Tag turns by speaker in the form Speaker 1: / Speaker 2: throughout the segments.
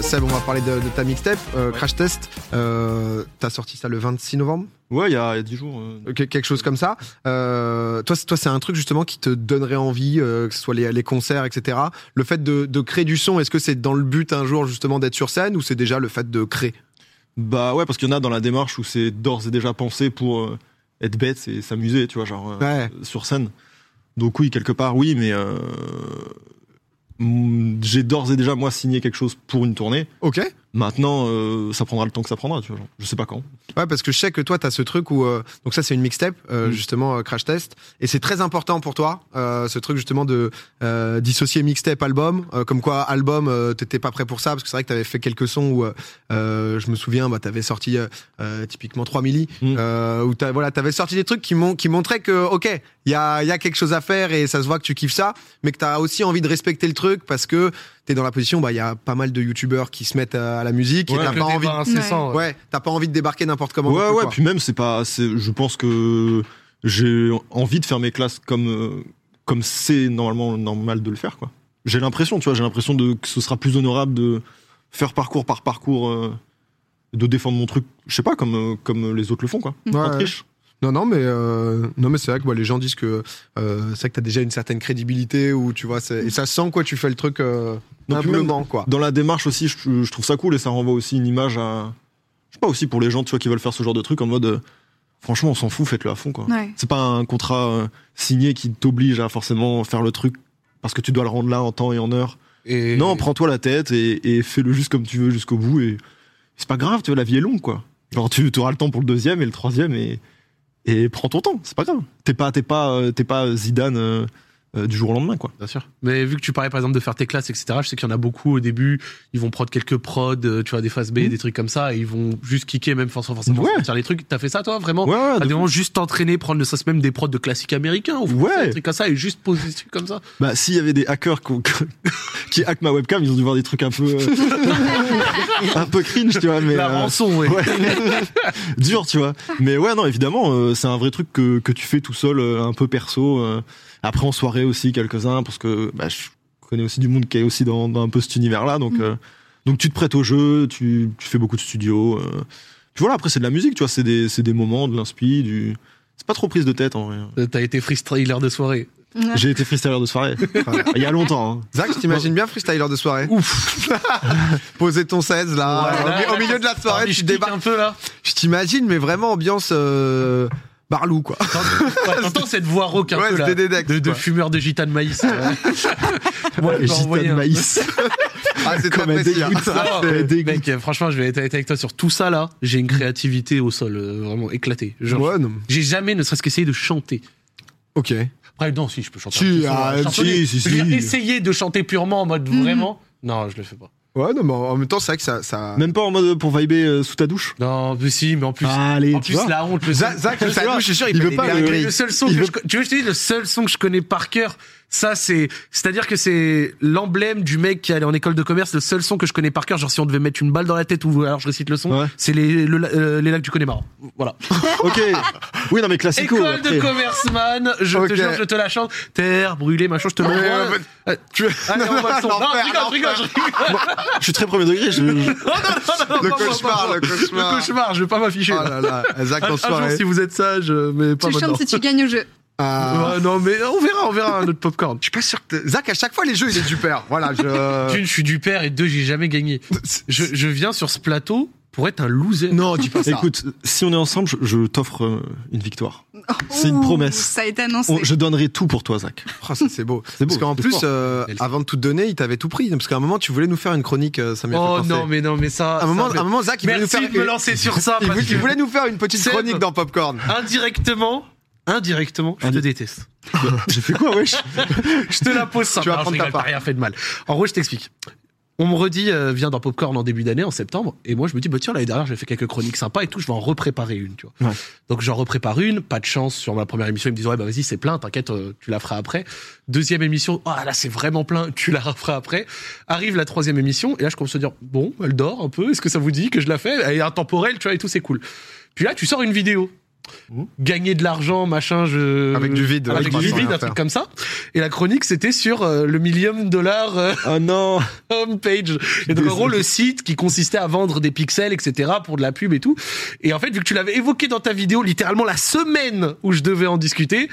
Speaker 1: Seb, on va parler de, de ta mixtape, euh, Crash Test. Euh, T'as sorti ça le 26 novembre
Speaker 2: Ouais, il y, a il y a 10 jours. euh.
Speaker 1: Euh, que- Quelque chose comme ça. Euh, toi, c'est- toi, c'est un truc justement qui te donnerait envie, euh, que ce soit les, les concerts, etc. Le fait de, de créer du son, est-ce que c'est dans le but un jour justement d'être sur scène ou c'est déjà le fait de créer
Speaker 2: Bah ouais, parce qu'il y en a dans la démarche où c'est d'ores et déjà pensé pour euh, être bête et s'amuser, tu vois, genre euh,
Speaker 1: Ouais.
Speaker 2: sur scène. Donc oui, quelque part, oui, mais euh, mm, j'ai d'ores et déjà moi signé quelque chose pour une tournée.
Speaker 1: Ok.
Speaker 2: Maintenant, euh, ça prendra le temps que ça prendra, tu vois. genre, je sais pas quand.
Speaker 1: Ouais, parce que je sais que toi, t'as ce truc où. euh, donc, ça, c'est une mixtape, euh,
Speaker 2: Mm.
Speaker 1: justement, euh, Crash Test. Et c'est très important pour toi, euh, ce truc, justement, de euh, dissocier mixtape, album. Euh, comme quoi, album, euh, t'étais pas prêt pour ça, parce que c'est vrai que t'avais fait quelques sons où, euh, euh, je me souviens, bah, t'avais sorti euh, euh, typiquement 3 milli,
Speaker 2: Mm.
Speaker 1: euh, où t'as- voilà, t'avais sorti des trucs qui, mon- qui montraient que, ok, il y a, il y a quelque chose à faire et ça se voit que tu kiffes ça, mais que t'as aussi envie de respecter le truc parce que t'es dans la position, bah, il y a pas mal de youtubeurs qui se mettent euh, à, à la musique et
Speaker 2: Ouais.
Speaker 1: t'as
Speaker 3: Le
Speaker 1: pas envie.
Speaker 3: débat incessant, ouais.
Speaker 1: Ouais, t'as pas envie de débarquer n'importe comment. non
Speaker 2: ouais,
Speaker 1: plus,
Speaker 2: ouais,
Speaker 1: quoi.
Speaker 2: puis même, c'est pas. c'est- Je pense que j'ai envie de faire mes classes comme euh, comme c'est normalement normal de le faire, quoi. J'ai l'impression, tu vois, j'ai l'impression de que ce sera plus honorable de faire parcours par parcours, euh, de défendre mon truc, je sais pas, comme euh, comme les autres le font, quoi.
Speaker 1: Ouais,
Speaker 2: Pas
Speaker 1: ouais.
Speaker 2: triche.
Speaker 1: Non, non, mais euh, non, mais c'est vrai que bah, les gens disent que euh, c'est vrai que t'as déjà une certaine crédibilité ou tu vois, c'est- et ça sent quoi, tu fais le truc euh,
Speaker 2: Non, puis même-
Speaker 1: humblement, quoi.
Speaker 2: Dans la démarche aussi, je, je trouve ça cool et ça renvoie aussi une image à. Je sais pas aussi pour les gens, tu vois, qui veulent faire ce genre de truc en mode. euh, franchement, on s'en fout, faites-le à fond, quoi.
Speaker 4: Ouais.
Speaker 2: C'est pas un contrat euh, signé qui t'oblige à forcément faire le truc parce que tu dois le rendre là en temps et en heure.
Speaker 1: Et...
Speaker 2: Non, prends-toi la tête et, et fais-le juste comme tu veux jusqu'au bout. Et c'est pas grave, tu vois, la vie est longue, quoi. Genre, tu auras le temps pour le deuxième et le troisième et, et prends ton temps, c'est pas grave. T'es pas, t'es pas, euh, t'es pas Zidane euh, euh, du jour au lendemain, quoi.
Speaker 3: Bien sûr. Mais vu que tu parlais par exemple de faire tes classes, etc., je sais qu'il y en a beaucoup au début, ils vont prod quelques prods, euh, tu vois, des phases B,
Speaker 2: Mhm.
Speaker 3: des trucs comme ça, et ils vont juste kicker, même sans forcément
Speaker 2: Ouais.
Speaker 3: sortir les trucs. T'as fait ça toi, vraiment
Speaker 2: Ouais, ouais,
Speaker 3: À
Speaker 2: de-
Speaker 3: des moments, juste t'entraîner, prendre ne serait-ce même des prods de classiques américains ou français,
Speaker 2: Ouais.
Speaker 3: des trucs comme ça, et juste poser des trucs comme ça.
Speaker 2: Bah, s'il y avait des hackers qu'on- qui hackent ma webcam, ils ont dû voir des trucs un peu, euh, un peu cringe, tu vois, mais.
Speaker 3: La
Speaker 2: euh,
Speaker 3: rançon, ouais.
Speaker 2: Ouais. Dur, tu vois. Mais ouais, non, évidemment, euh, c'est un vrai truc que, que tu fais tout seul, euh, un peu perso. euh. Après, en soirée aussi, quelques-uns, parce que bah, je connais aussi du monde qui est aussi dans, dans un peu cet univers-là. Donc,
Speaker 3: Mm.
Speaker 4: Mhm.
Speaker 2: euh, donc tu te prêtes au jeu, tu, tu fais beaucoup de studios. euh. Puis voilà, après, c'est de la musique, tu vois, c'est des, c'est des moments, de l'inspi, du. C'est pas trop prise de tête, en vrai.
Speaker 3: Euh, T'as été freestyler de soirée.
Speaker 2: J'ai été freestyler de soirée. Enfin, Il y a longtemps. hein.
Speaker 1: Zach, je t'imagine bien freestyler de soirée. Ouf. Poser ton 16 là,
Speaker 3: Ouais,
Speaker 1: au
Speaker 3: là,
Speaker 1: mi- au,
Speaker 3: là,
Speaker 1: milieu de la soirée,
Speaker 3: Ah,
Speaker 1: tu
Speaker 3: je kick
Speaker 1: débarques.
Speaker 3: un peu là.
Speaker 1: Je t'imagine, mais vraiment ambiance euh, barlou, quoi.
Speaker 3: T'entends- ouais, T'entends cette voix rauque un
Speaker 1: Ouais,
Speaker 3: peu là,
Speaker 1: c'était des decks,
Speaker 3: de, de
Speaker 1: quoi.
Speaker 3: fumeur de gitane maïs. euh. Moi, je peux
Speaker 2: Gitan
Speaker 3: envoyer un-
Speaker 2: maïs.
Speaker 1: Ah, c'est très
Speaker 2: Comme un
Speaker 1: précis. hein.
Speaker 2: dégoût de
Speaker 3: Ça
Speaker 2: ça,
Speaker 3: va,
Speaker 2: c'est-
Speaker 3: Mec, euh, franchement, je vais être être avec toi sur tout ça là. J'ai une créativité au sol, euh, vraiment éclatée. Genre,
Speaker 1: Ouais, non.
Speaker 3: J'ai jamais ne serait-ce qu'essayé de chanter.
Speaker 1: Ok.
Speaker 3: Après, non, si, je peux chanter.
Speaker 1: Si,
Speaker 3: un petit son,
Speaker 1: ah,
Speaker 3: euh,
Speaker 2: si,
Speaker 3: chantonner.
Speaker 2: si,
Speaker 3: Je veux dire,
Speaker 2: si.
Speaker 3: Essayer de chanter purement en mode
Speaker 4: Mhm.
Speaker 3: vraiment. Non, je le fais pas.
Speaker 1: Ouais, non, mais en en même temps, c'est vrai que ça. ça...
Speaker 2: Même pas en mode pour vibrer euh, sous ta douche.
Speaker 3: Non, mais si, mais en plus,
Speaker 2: Allez,
Speaker 3: en
Speaker 2: tu
Speaker 3: plus
Speaker 2: vois.
Speaker 3: la honte. Le
Speaker 1: Zach,
Speaker 3: seul,
Speaker 1: Zach, ça touche, je suis sûr, il,
Speaker 2: Il
Speaker 1: fait
Speaker 2: veut
Speaker 1: des
Speaker 2: pas,
Speaker 1: merguez.
Speaker 2: euh,
Speaker 3: le seul son que
Speaker 2: il veut-
Speaker 3: je, co- tu veux que je te dise, le seul son que je connais par cœur, ça c'est, c'est-à-dire que c'est l'emblème du mec qui allait en école de commerce. Le seul son que je connais par cœur, genre si on devait mettre une balle dans la tête ou alors je récite le son,
Speaker 2: Ouais.
Speaker 3: c'est les, le- euh, les lacs du Connemara. Voilà.
Speaker 2: Ok. Oui, non, mais classico.
Speaker 3: École
Speaker 2: après.
Speaker 3: de commerce, man. Je
Speaker 1: Ok.
Speaker 3: te jure, je te la chante. Terre brûlée, machin, je te l'envoie.
Speaker 1: Mais, euh,
Speaker 3: Euh,
Speaker 1: tu-
Speaker 3: Allez,
Speaker 1: Non,
Speaker 3: on va le son.
Speaker 1: non,
Speaker 3: Non,
Speaker 1: l'enfer,
Speaker 3: je rigole, je rigole, je rigole.
Speaker 2: Je suis très premier degré. je- je-
Speaker 3: Non, non, non, non,
Speaker 1: Le
Speaker 3: pas moi,
Speaker 1: cauchemar,
Speaker 3: pas moi.
Speaker 1: le cauchemar.
Speaker 3: Le cauchemar, je vais pas m'afficher.
Speaker 1: Oh là là, Zach en
Speaker 3: Un, un jour,
Speaker 1: soirée.
Speaker 3: si vous êtes sage, euh, mais pas
Speaker 4: Tu
Speaker 3: maintenant.
Speaker 4: chantes si tu gagnes au jeu.
Speaker 1: Ah.
Speaker 3: Ouais, non, mais on verra, on verra notre popcorn.
Speaker 1: Je suis pas sûr que. t'es- Zach, à chaque fois, les jeux, il est du père. Voilà, je.
Speaker 3: D'une, je suis du père et deux, j'ai jamais gagné. Je, je viens sur ce plateau pour être un loser.
Speaker 1: Non, dis pas ça.
Speaker 2: Écoute, si on est ensemble, je, je t'offre euh, une victoire. C'est une
Speaker 4: Ouh,
Speaker 2: promesse.
Speaker 4: Ça a été annoncé.
Speaker 2: On- je donnerai tout pour toi, Zach.
Speaker 1: Oh, ça, c'est beau.
Speaker 2: C'est
Speaker 1: Parce
Speaker 2: beau,
Speaker 1: qu'en
Speaker 2: c'est
Speaker 1: plus,
Speaker 2: fort.
Speaker 1: euh,
Speaker 3: Elle-
Speaker 1: avant de tout te donner, il t'avait tout pris. Parce qu'à un moment, tu voulais nous faire une chronique, euh, ça m'a
Speaker 3: oh
Speaker 1: fait penser.
Speaker 3: non, mais non, mais ça.
Speaker 1: À un moment,
Speaker 3: ça
Speaker 1: à
Speaker 3: me-
Speaker 1: un moment Zach, il voulait nous
Speaker 3: Merci
Speaker 1: faire.
Speaker 3: de me lancer sur ça.
Speaker 1: il
Speaker 3: parce
Speaker 1: voulait- il
Speaker 3: que
Speaker 1: voulait nous faire une petite
Speaker 3: Seb.
Speaker 1: chronique dans Popcorn.
Speaker 3: Indirectement, indirectement, je te
Speaker 2: Indi-
Speaker 3: déteste.
Speaker 2: J'ai fait quoi, wesh
Speaker 3: Je te la pose ça.
Speaker 1: Tu vas
Speaker 3: Non, je
Speaker 1: prendre ta
Speaker 3: rigole,
Speaker 1: part.
Speaker 3: t'as rien fait de mal. En gros, je t'explique. On me redit, euh, viens dans Popcorn en début d'année, en septembre. Et moi, je me dis, bah tiens, l'année dernière, j'ai fait quelques chroniques sympas et tout, je vais en repréparer une, tu vois.
Speaker 2: Ouais.
Speaker 3: Donc, j'en reprépare une. Pas de chance sur ma première émission. Ils me disent, ouais, bah vas-y, c'est plein, t'inquiète, euh, tu la feras après. Deuxième émission, ah là, c'est vraiment plein, tu la referas après. Arrive la troisième émission, et là, je commence à dire, bon, elle dort un peu, est-ce que ça vous dit que je la fais Elle est intemporelle, tu vois, et tout, c'est cool. Puis là, tu sors une vidéo.
Speaker 2: Mmh.
Speaker 3: gagner de l'argent, machin, je.
Speaker 1: Avec du vide, ouais,
Speaker 3: Avec
Speaker 1: je
Speaker 3: du
Speaker 1: crois qu'on
Speaker 3: vide,
Speaker 1: va
Speaker 3: un truc
Speaker 1: faire.
Speaker 3: comme ça. Et la chronique, c'était sur euh, le millium dollar euh,
Speaker 2: Ah non
Speaker 3: homepage. Et donc, en gros, le site qui consistait à vendre des pixels, etc., pour de la pub et tout. Et en fait, vu que tu l'avais évoqué dans ta vidéo, littéralement la semaine où je devais en discuter,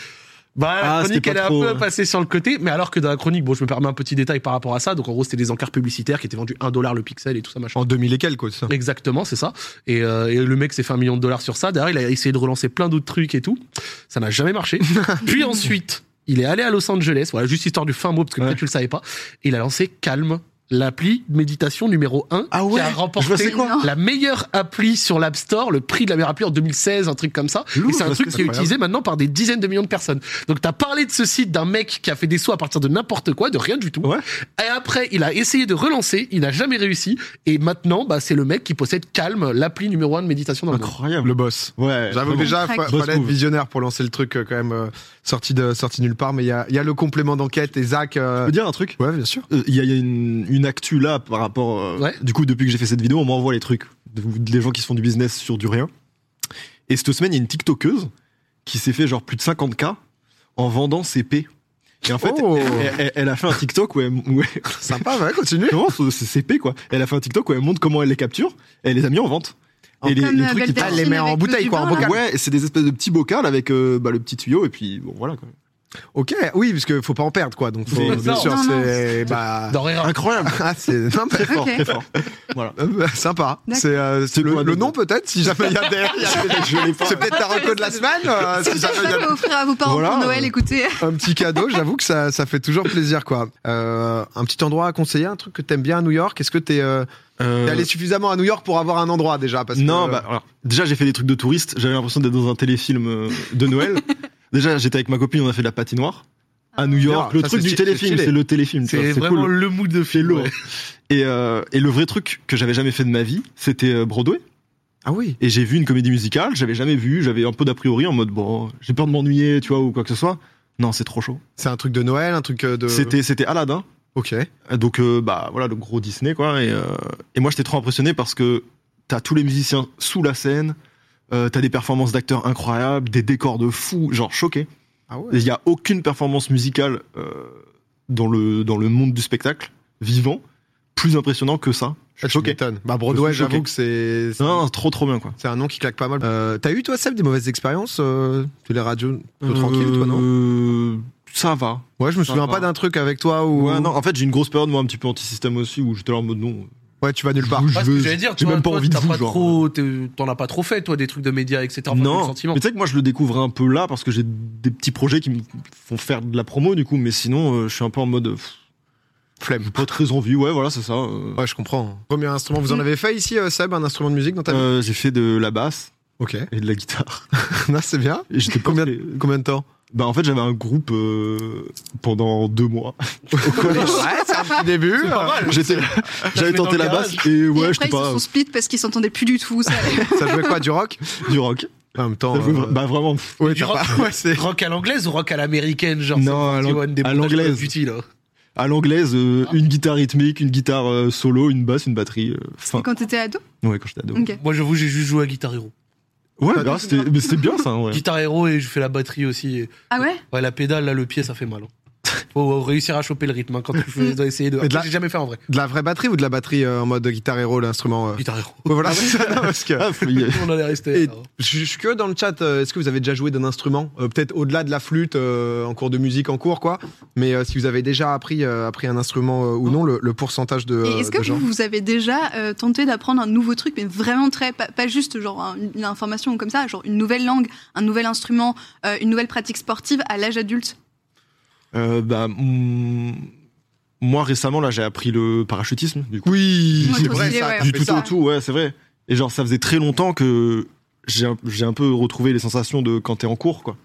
Speaker 3: bah, la
Speaker 2: Ah,
Speaker 3: chronique,
Speaker 2: c'était
Speaker 3: elle est
Speaker 2: pas
Speaker 3: un
Speaker 2: trop,
Speaker 3: peu
Speaker 2: ouais.
Speaker 3: passée sur le côté. Mais alors que dans la chronique, bon, je me permets un petit détail par rapport à ça. Donc, en gros, c'était des encarts publicitaires qui étaient vendus 1 dollar le pixel et tout ça, machin.
Speaker 1: En 2000 et quelques, ça.
Speaker 3: Exactement, c'est ça. Et, euh, et le mec s'est fait un million de dollars sur ça. Derrière, il a essayé de relancer plein d'autres trucs et tout. Ça n'a jamais marché. Puis ensuite, il est allé à Los Angeles. Voilà, juste histoire du fin mot, parce que
Speaker 2: Ouais.
Speaker 3: peut-être tu le savais pas. Et il a lancé Calm, l'appli de méditation numéro 1,
Speaker 2: Ah
Speaker 3: qui
Speaker 2: ouais,
Speaker 3: a
Speaker 2: je
Speaker 3: remporté
Speaker 2: vois c'est quoi.
Speaker 3: la meilleure appli sur l'App Store, le prix de la meilleure appli en 2016, un truc comme ça.
Speaker 1: Lourd,
Speaker 3: et c'est un
Speaker 1: parce
Speaker 3: truc
Speaker 1: que
Speaker 3: qui
Speaker 1: c'est
Speaker 3: est
Speaker 1: incroyable.
Speaker 3: utilisé maintenant par des dizaines de millions de personnes. Donc t'as parlé de ce site d'un mec qui a fait des sauts à partir de n'importe quoi, de rien du tout.
Speaker 2: Ouais.
Speaker 3: Et après, il a essayé de relancer, il n'a jamais réussi. Et maintenant, bah, c'est le mec qui possède Calm, l'appli numéro 1 de méditation dans le monde.
Speaker 2: Incroyable.
Speaker 1: Le boss.
Speaker 2: Ouais.
Speaker 1: J'avoue
Speaker 2: vraiment.
Speaker 1: déjà,
Speaker 4: Crack.
Speaker 1: fa-
Speaker 2: Boss
Speaker 1: fallait être
Speaker 2: move.
Speaker 1: visionnaire pour lancer le truc euh, quand même euh, sorti de sorti nulle part. Mais il y a, il y a le complément d'enquête et Zach.
Speaker 2: Je
Speaker 1: euh,
Speaker 2: peux dire un truc
Speaker 1: Ouais, bien sûr.
Speaker 2: Euh, Il y a, il y a une, une actu là par rapport. euh,
Speaker 3: Ouais.
Speaker 2: Du coup, depuis que j'ai fait cette vidéo, on m'envoie les trucs. de- Des gens qui se font du business sur du rien. Et cette semaine, il y a une TikTokeuse qui s'est fait genre plus de 50K en vendant ses P. Et en fait,
Speaker 1: Oh.
Speaker 2: elle, elle- elle a fait un TikTok où elle, où elle-
Speaker 1: Sympa, ouais, continue.
Speaker 2: comment c'est c'est CP quoi. Elle a fait un TikTok où elle montre comment elle les capture et elle les a mis en vente. Et les,
Speaker 4: Comme,
Speaker 2: les
Speaker 4: euh,
Speaker 2: trucs qui
Speaker 4: Golden
Speaker 1: Ah, les met en
Speaker 4: avec
Speaker 1: bouteille,
Speaker 4: le
Speaker 1: quoi, en
Speaker 4: Dubain, là.
Speaker 1: bocal.
Speaker 2: Ouais, et c'est des espèces de petits bocaux avec euh, bah, le petit tuyau et puis bon voilà quoi.
Speaker 1: Ok, oui, parce que faut pas en perdre, quoi. Donc, faut,
Speaker 2: C'est-
Speaker 1: bien
Speaker 3: non,
Speaker 1: sûr,
Speaker 4: non,
Speaker 1: c'est
Speaker 4: non.
Speaker 1: bah.
Speaker 3: Dans Rera.
Speaker 2: Incroyable,
Speaker 1: Ah, c'est non, mais-
Speaker 2: très fort,
Speaker 4: Ok.
Speaker 2: très fort. Voilà.
Speaker 1: euh, bah, sympa.
Speaker 4: D'accord.
Speaker 1: C'est euh, c'est
Speaker 2: C'est
Speaker 1: le,
Speaker 2: quoi,
Speaker 1: le
Speaker 2: donc
Speaker 1: nom peut-être, si jamais il y a des. il y a des-
Speaker 2: Je l'ai pas.
Speaker 1: C'est peut-être la reco de la semaine. euh, si
Speaker 4: C'est
Speaker 1: jamais il y
Speaker 4: ça
Speaker 1: a-
Speaker 4: que vous offrir à vos parents pour
Speaker 2: Voilà.
Speaker 4: Noël, écoutez.
Speaker 1: un petit cadeau, j'avoue que ça, ça fait toujours plaisir, quoi. Euh, un petit endroit à conseiller, un truc que t'aimes bien à New York. Est-ce que t'es euh, t'es
Speaker 2: Euh,
Speaker 1: allé suffisamment à New York pour avoir un endroit déjà parce que- euh,
Speaker 2: non, bah, alors, déjà j'ai fait des trucs de touriste, j'avais l'impression d'être dans un téléfilm euh, de Noël. déjà j'étais avec ma copine, on a fait de la patinoire à New York.
Speaker 1: Ah,
Speaker 2: le
Speaker 1: ça,
Speaker 2: truc
Speaker 1: c'est
Speaker 2: du
Speaker 1: stylé,
Speaker 2: téléfilm,
Speaker 1: c'est
Speaker 2: c'est le téléfilm. tu vois,
Speaker 3: C'est vraiment
Speaker 2: cool.
Speaker 3: le mood de
Speaker 2: C'est
Speaker 3: film.
Speaker 2: lourd.
Speaker 3: ouais.
Speaker 2: Et, euh, et le vrai truc que j'avais jamais fait de ma vie, c'était euh, Broadway.
Speaker 1: ah oui.
Speaker 2: Et j'ai vu une comédie musicale, j'avais jamais vu, j'avais un peu d'a priori en mode bon, j'ai peur de m'ennuyer, tu vois, ou quoi que ce soit. Non, c'est trop chaud.
Speaker 1: C'est un truc de Noël, un truc euh, de.
Speaker 2: C'était c'était Aladdin,
Speaker 1: Ok.
Speaker 2: donc euh, bah voilà le gros Disney quoi. Et, euh, et moi j'étais trop impressionné parce que t'as tous les musiciens sous la scène, euh, t'as des performances d'acteurs incroyables, des décors de fou, genre choqué.
Speaker 1: Ah ouais.
Speaker 2: Il y a aucune performance musicale euh, dans le dans le monde du spectacle vivant plus impressionnant que ça. Je
Speaker 1: Ah, tu
Speaker 2: suis choqué.
Speaker 1: m'étonnes. Bah Broadway,
Speaker 2: Je suis choqué.
Speaker 1: j'avoue que c'est. c'est-
Speaker 2: Non, non, trop trop bien quoi.
Speaker 1: C'est un nom qui claque pas mal. Euh, T'as eu toi Seb des mauvaises expériences euh, Tu les radios plutôt tranquille toi non
Speaker 2: Euh, Ça va.
Speaker 1: Ouais, je me souviens
Speaker 2: ça
Speaker 1: pas
Speaker 2: va.
Speaker 1: d'un truc avec toi où
Speaker 2: Ouais, non, en fait, j'ai une grosse période, moi, un petit peu anti-système aussi, où j'étais là en mode non.
Speaker 1: Ouais, tu vas nulle part.
Speaker 2: Je-
Speaker 3: Ouais,
Speaker 2: je
Speaker 3: ce que
Speaker 2: veux-
Speaker 3: j'allais dire,
Speaker 2: j'ai
Speaker 3: toi,
Speaker 2: même pas
Speaker 3: toi,
Speaker 2: envie de
Speaker 3: t'as
Speaker 2: vous,
Speaker 3: pas
Speaker 2: genre.
Speaker 3: trop- t'es- T'en as pas trop fait, toi, des trucs de médias, etc. Enfin, le
Speaker 2: non,
Speaker 3: sentiment.
Speaker 2: mais tu sais que moi, je le découvre un peu là, parce que j'ai des petits projets qui me font faire de la promo, du coup, mais sinon, euh, je suis un peu en mode. pff,
Speaker 1: Flemme.
Speaker 2: pas très envie, ouais, voilà, c'est ça. euh.
Speaker 1: Ouais, je comprends. Premier instrument, vous en
Speaker 4: Mm.
Speaker 1: avez fait ici euh, Seb, un instrument de musique dans ta vie
Speaker 2: Euh, j'ai fait de la basse
Speaker 1: Ok.
Speaker 2: et de la guitare.
Speaker 1: Non, c'est bien.
Speaker 2: Et j'étais pas
Speaker 1: Combien-
Speaker 2: très-
Speaker 1: Combien de temps
Speaker 2: Bah, en fait, j'avais un groupe euh, pendant deux mois au collège.
Speaker 1: c'est un petit début. euh,
Speaker 3: pas mal.
Speaker 2: J'étais-
Speaker 3: mets
Speaker 2: J'avais
Speaker 3: dans
Speaker 2: tenté
Speaker 3: le
Speaker 2: la
Speaker 3: garage.
Speaker 2: basse et
Speaker 4: et
Speaker 2: ouais,
Speaker 4: après,
Speaker 2: j'étais
Speaker 4: ils se
Speaker 2: pas
Speaker 4: sont split parce qu'ils s'entendaient plus du tout. Ça...
Speaker 1: Ça jouait quoi du rock
Speaker 2: du rock.
Speaker 1: En même temps.
Speaker 2: Ça jouait
Speaker 1: euh,
Speaker 2: vra- Bah, vraiment. pff,
Speaker 1: ouais,
Speaker 3: du
Speaker 1: t'as
Speaker 3: rock.
Speaker 1: pas- ouais, c'est-
Speaker 3: Rock à l'anglaise ou rock à l'américaine, genre
Speaker 2: Non, à l'ang-
Speaker 3: 71, des
Speaker 2: à
Speaker 3: montages Call of
Speaker 2: l'anglaise.
Speaker 3: Duty, là.
Speaker 2: À l'anglaise, euh,
Speaker 4: Ah.
Speaker 2: une guitare rythmique, une guitare euh, solo, une basse, une batterie. euh, Enfin,
Speaker 4: Quand t'étais ado
Speaker 2: ouais, quand j'étais ado.
Speaker 4: Ok.
Speaker 3: Moi, j'avoue, j'ai juste joué à Guitar Hero.
Speaker 2: Ouais,
Speaker 1: Ah,
Speaker 2: bah, c'était mais c'était bien ça, ouais.
Speaker 3: Guitar Hero et je fais la batterie aussi.
Speaker 4: Ah ouais
Speaker 3: Ouais, la pédale, là, le pied, ça fait mal. hein. Faut réussir à choper le rythme hein, quand tu dois essayer de.
Speaker 1: Mais de là-
Speaker 3: J'ai jamais fait en vrai.
Speaker 1: De la vraie batterie ou de la batterie euh, en mode guitare héros, l'instrument euh.
Speaker 3: Guitar Hero.
Speaker 1: Ouais, Voilà, c'est ça, non, parce que.
Speaker 2: Ah, faut y-
Speaker 3: On en est resté.
Speaker 1: Et- Je je suis curieux dans le chat, euh, est-ce que vous avez déjà joué d'un instrument Euh, Peut-être au-delà de la flûte, euh, en cours de musique, en cours, quoi. Mais euh, si vous avez déjà appris, euh, appris un instrument euh, ou non, le, le pourcentage de,
Speaker 4: Oh. Et
Speaker 1: euh,
Speaker 4: est-ce
Speaker 2: bah,
Speaker 4: que
Speaker 1: de gens.
Speaker 4: vous, vous avez déjà euh, tenté d'apprendre un nouveau truc, mais vraiment très, pas, pas juste genre un- une information comme ça, genre une nouvelle langue, un nouvel instrument, euh, une nouvelle pratique sportive à l'âge adulte
Speaker 2: Euh, bah, mm, moi récemment, là, j'ai appris le parachutisme, du coup.
Speaker 1: Oui,
Speaker 4: Moi,
Speaker 1: c'est
Speaker 4: aussi,
Speaker 1: vrai,
Speaker 4: ouais,
Speaker 1: ça.
Speaker 4: ouais.
Speaker 2: du
Speaker 1: fait
Speaker 2: tout
Speaker 1: ça.
Speaker 2: au tout, ouais, c'est vrai. Et genre, ça faisait très longtemps que j'ai un, j'ai un peu retrouvé les sensations de quand t'es en cours, quoi.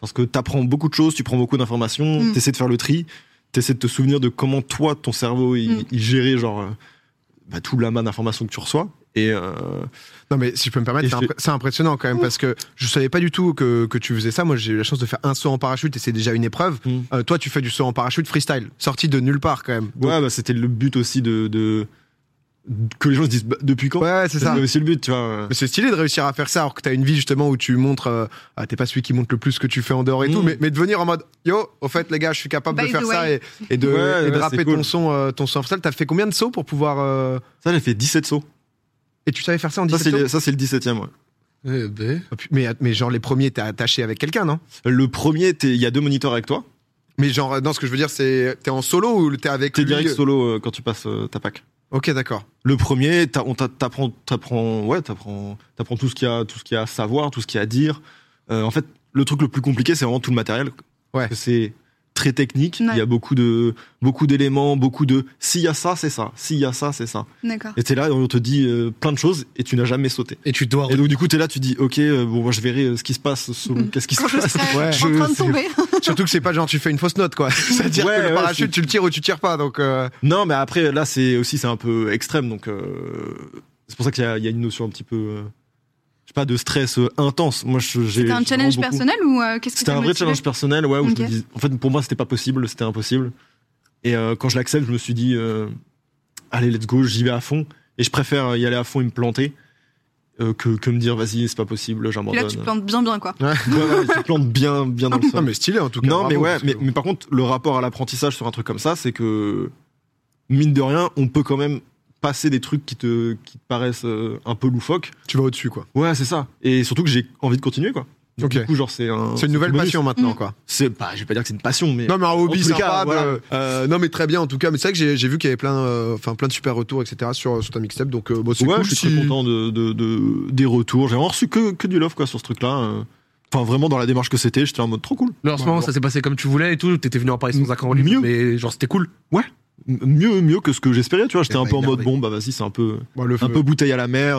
Speaker 2: Parce que t'apprends beaucoup de choses, tu prends beaucoup d'informations,
Speaker 4: Mm.
Speaker 2: t'essaies de faire le tri, t'essaies de te souvenir de comment toi, ton cerveau, il,
Speaker 4: Mm.
Speaker 2: il gérait, genre, euh, bah, tout l'amas d'informations que tu reçois. Et euh,
Speaker 1: Non, mais si je peux me permettre,
Speaker 2: Et
Speaker 1: c'est,
Speaker 2: je fais-
Speaker 1: impr- c'est impressionnant quand même, parce que je savais pas du tout que, que tu faisais ça. Moi, j'ai eu la chance de faire un saut en parachute et c'est déjà une épreuve.
Speaker 2: Mm.
Speaker 1: Euh, toi, tu fais du saut en parachute freestyle, sorti de nulle part quand même. Donc,
Speaker 2: Ouais, bah, c'était le but aussi de, de, que les gens se disent bah, depuis quand
Speaker 1: Ouais, ouais, c'est ça.
Speaker 2: C'est aussi le but, tu vois.
Speaker 1: Mais c'est stylé de réussir à faire ça alors que t'as une vie justement où tu montres, euh, ah, t'es pas celui qui montre le plus ce que tu fais en dehors et
Speaker 2: Mm.
Speaker 1: tout, mais, mais de venir en mode, yo, au fait les gars, je suis capable
Speaker 4: By
Speaker 1: de
Speaker 4: the
Speaker 1: faire ça
Speaker 4: way.
Speaker 1: et, et de,
Speaker 2: Ouais,
Speaker 1: et de
Speaker 2: ouais, c'est
Speaker 1: rapper ton
Speaker 2: cool.
Speaker 1: son, euh, ton son freestyle. T'as fait combien de sauts pour pouvoir euh,
Speaker 2: Ça, j'ai fait 17 sauts.
Speaker 1: et tu savais faire ça en
Speaker 2: Ça,
Speaker 1: 17
Speaker 2: c'est
Speaker 1: sauts
Speaker 2: le, ça, c'est le 17ème, ouais.
Speaker 3: Eh ben.
Speaker 1: Oh, pu- mais, mais genre les premiers t'es attaché avec quelqu'un, non
Speaker 2: Le premier, t'es- il y a deux moniteurs avec toi.
Speaker 1: Mais genre, euh, non, ce que je veux dire, c'est t'es en solo ou t'es avec
Speaker 2: T'es
Speaker 1: lui
Speaker 2: direct solo euh, quand tu passes euh, ta pack.
Speaker 1: Ok, d'accord.
Speaker 2: Le premier, t'as- on t'a- t'apprends, t'apprends, ouais, t'apprends, t'apprends tout ce qu'il y a, tout ce qu'il y a à savoir, tout ce qu'il y a à dire. Euh, en fait, le truc le plus compliqué, c'est vraiment tout le matériel.
Speaker 1: Ouais.
Speaker 2: Parce que c'est très technique. Il
Speaker 4: Ouais.
Speaker 2: y a beaucoup de, beaucoup d'éléments, beaucoup de. S'il y a ça, c'est ça. S'il y a ça, c'est ça.
Speaker 4: D'accord.
Speaker 2: Et t'es là, et on te dit euh, plein de choses, et tu n'as jamais sauté.
Speaker 3: Et tu dois.
Speaker 2: Et donc du coup, t'es là, tu dis, ok, euh, bon, moi, je verrai euh, ce qui se passe, selon
Speaker 4: Mhm.
Speaker 2: qu'est-ce qui se
Speaker 4: Quand je
Speaker 2: passe.
Speaker 4: serai
Speaker 1: Ouais,
Speaker 4: en
Speaker 1: je
Speaker 4: train de
Speaker 1: sais.
Speaker 4: tomber.
Speaker 1: Surtout que c'est pas genre tu fais une fausse note quoi. C'est-à-dire
Speaker 2: Ouais,
Speaker 1: que le
Speaker 2: ouais,
Speaker 1: parachute,
Speaker 2: c'est-
Speaker 1: tu le tires ou tu tires pas. Donc euh,
Speaker 2: Non, mais après, là, c'est aussi c'est un peu extrême, donc euh, c'est pour ça qu'il y, a- il y a une notion un petit peu, euh, je sais pas, de stress euh, intense. Moi, je- j'ai
Speaker 4: C'était un
Speaker 2: j'ai
Speaker 4: challenge
Speaker 2: vraiment beaucoup-
Speaker 4: personnel ou euh, qu'est-ce que
Speaker 2: C'était
Speaker 4: t'as
Speaker 2: un vrai
Speaker 4: motivé
Speaker 2: challenge personnel, ouais, où je
Speaker 4: Ok.
Speaker 2: me dis, en fait, pour moi, c'était pas possible, c'était impossible. Et euh, quand je l'accepte, je me suis dit, euh, allez, let's go, j'y vais à fond. Et je préfère y aller à fond et me planter euh, que, que me dire, vas-y, c'est pas possible,
Speaker 4: Puis
Speaker 2: j'abandonne.
Speaker 4: là, tu te plantes bien, bien quoi.
Speaker 2: Ouais, ouais, tu te plantes bien, bien dans le sol.
Speaker 1: non, mais stylé en tout cas.
Speaker 2: Non, mais
Speaker 1: bravo,
Speaker 2: ouais,
Speaker 1: parce que-
Speaker 2: mais, mais par contre, le rapport à l'apprentissage sur un truc comme ça, c'est que, mine de rien, on peut quand même passer des trucs qui te, qui te paraissent euh, un peu loufoques.
Speaker 1: tu vas au-dessus quoi.
Speaker 2: Ouais, c'est ça. Et surtout que j'ai envie de continuer, quoi. Donc,
Speaker 1: Ok.
Speaker 2: Du coup, genre, c'est un.
Speaker 1: C'est une nouvelle
Speaker 2: bonus.
Speaker 1: passion maintenant
Speaker 4: Mm.
Speaker 1: quoi.
Speaker 2: C'est pas, je vais pas dire que c'est une passion, mais.
Speaker 1: Non mais un hobby
Speaker 2: tous les
Speaker 1: sympa.
Speaker 2: cas,
Speaker 1: de-
Speaker 2: voilà.
Speaker 1: euh, non mais très bien en tout cas. Mais c'est vrai que j'ai j'ai vu qu'il y avait plein, euh, enfin plein de super retours etc sur, sur ta mixtape. Donc euh, bon, c'est
Speaker 2: ouais,
Speaker 1: cool.
Speaker 2: je suis
Speaker 1: si-
Speaker 2: très content de, de- de- des retours. J'ai vraiment reçu que, que du love, quoi, sur ce truc-là. euh. Enfin, vraiment, dans la démarche que c'était, j'étais en mode trop cool.
Speaker 3: Là, en ce
Speaker 1: Ouais,
Speaker 3: moment,
Speaker 1: bon.
Speaker 3: ça s'est passé comme tu voulais et tout. T'étais venu en parler sans
Speaker 2: M-
Speaker 3: accord en libre,
Speaker 2: mieux.
Speaker 3: mais genre, c'était cool.
Speaker 2: M- Mieux, mieux que ce que j'espérais, tu vois. J'étais
Speaker 1: Eh
Speaker 2: un
Speaker 1: ben,
Speaker 2: peu en mode,
Speaker 1: énervé.
Speaker 2: bon, bah, vas-y, c'est un peu.
Speaker 1: Bon, le
Speaker 2: un
Speaker 1: feu.
Speaker 2: peu bouteille à la mer.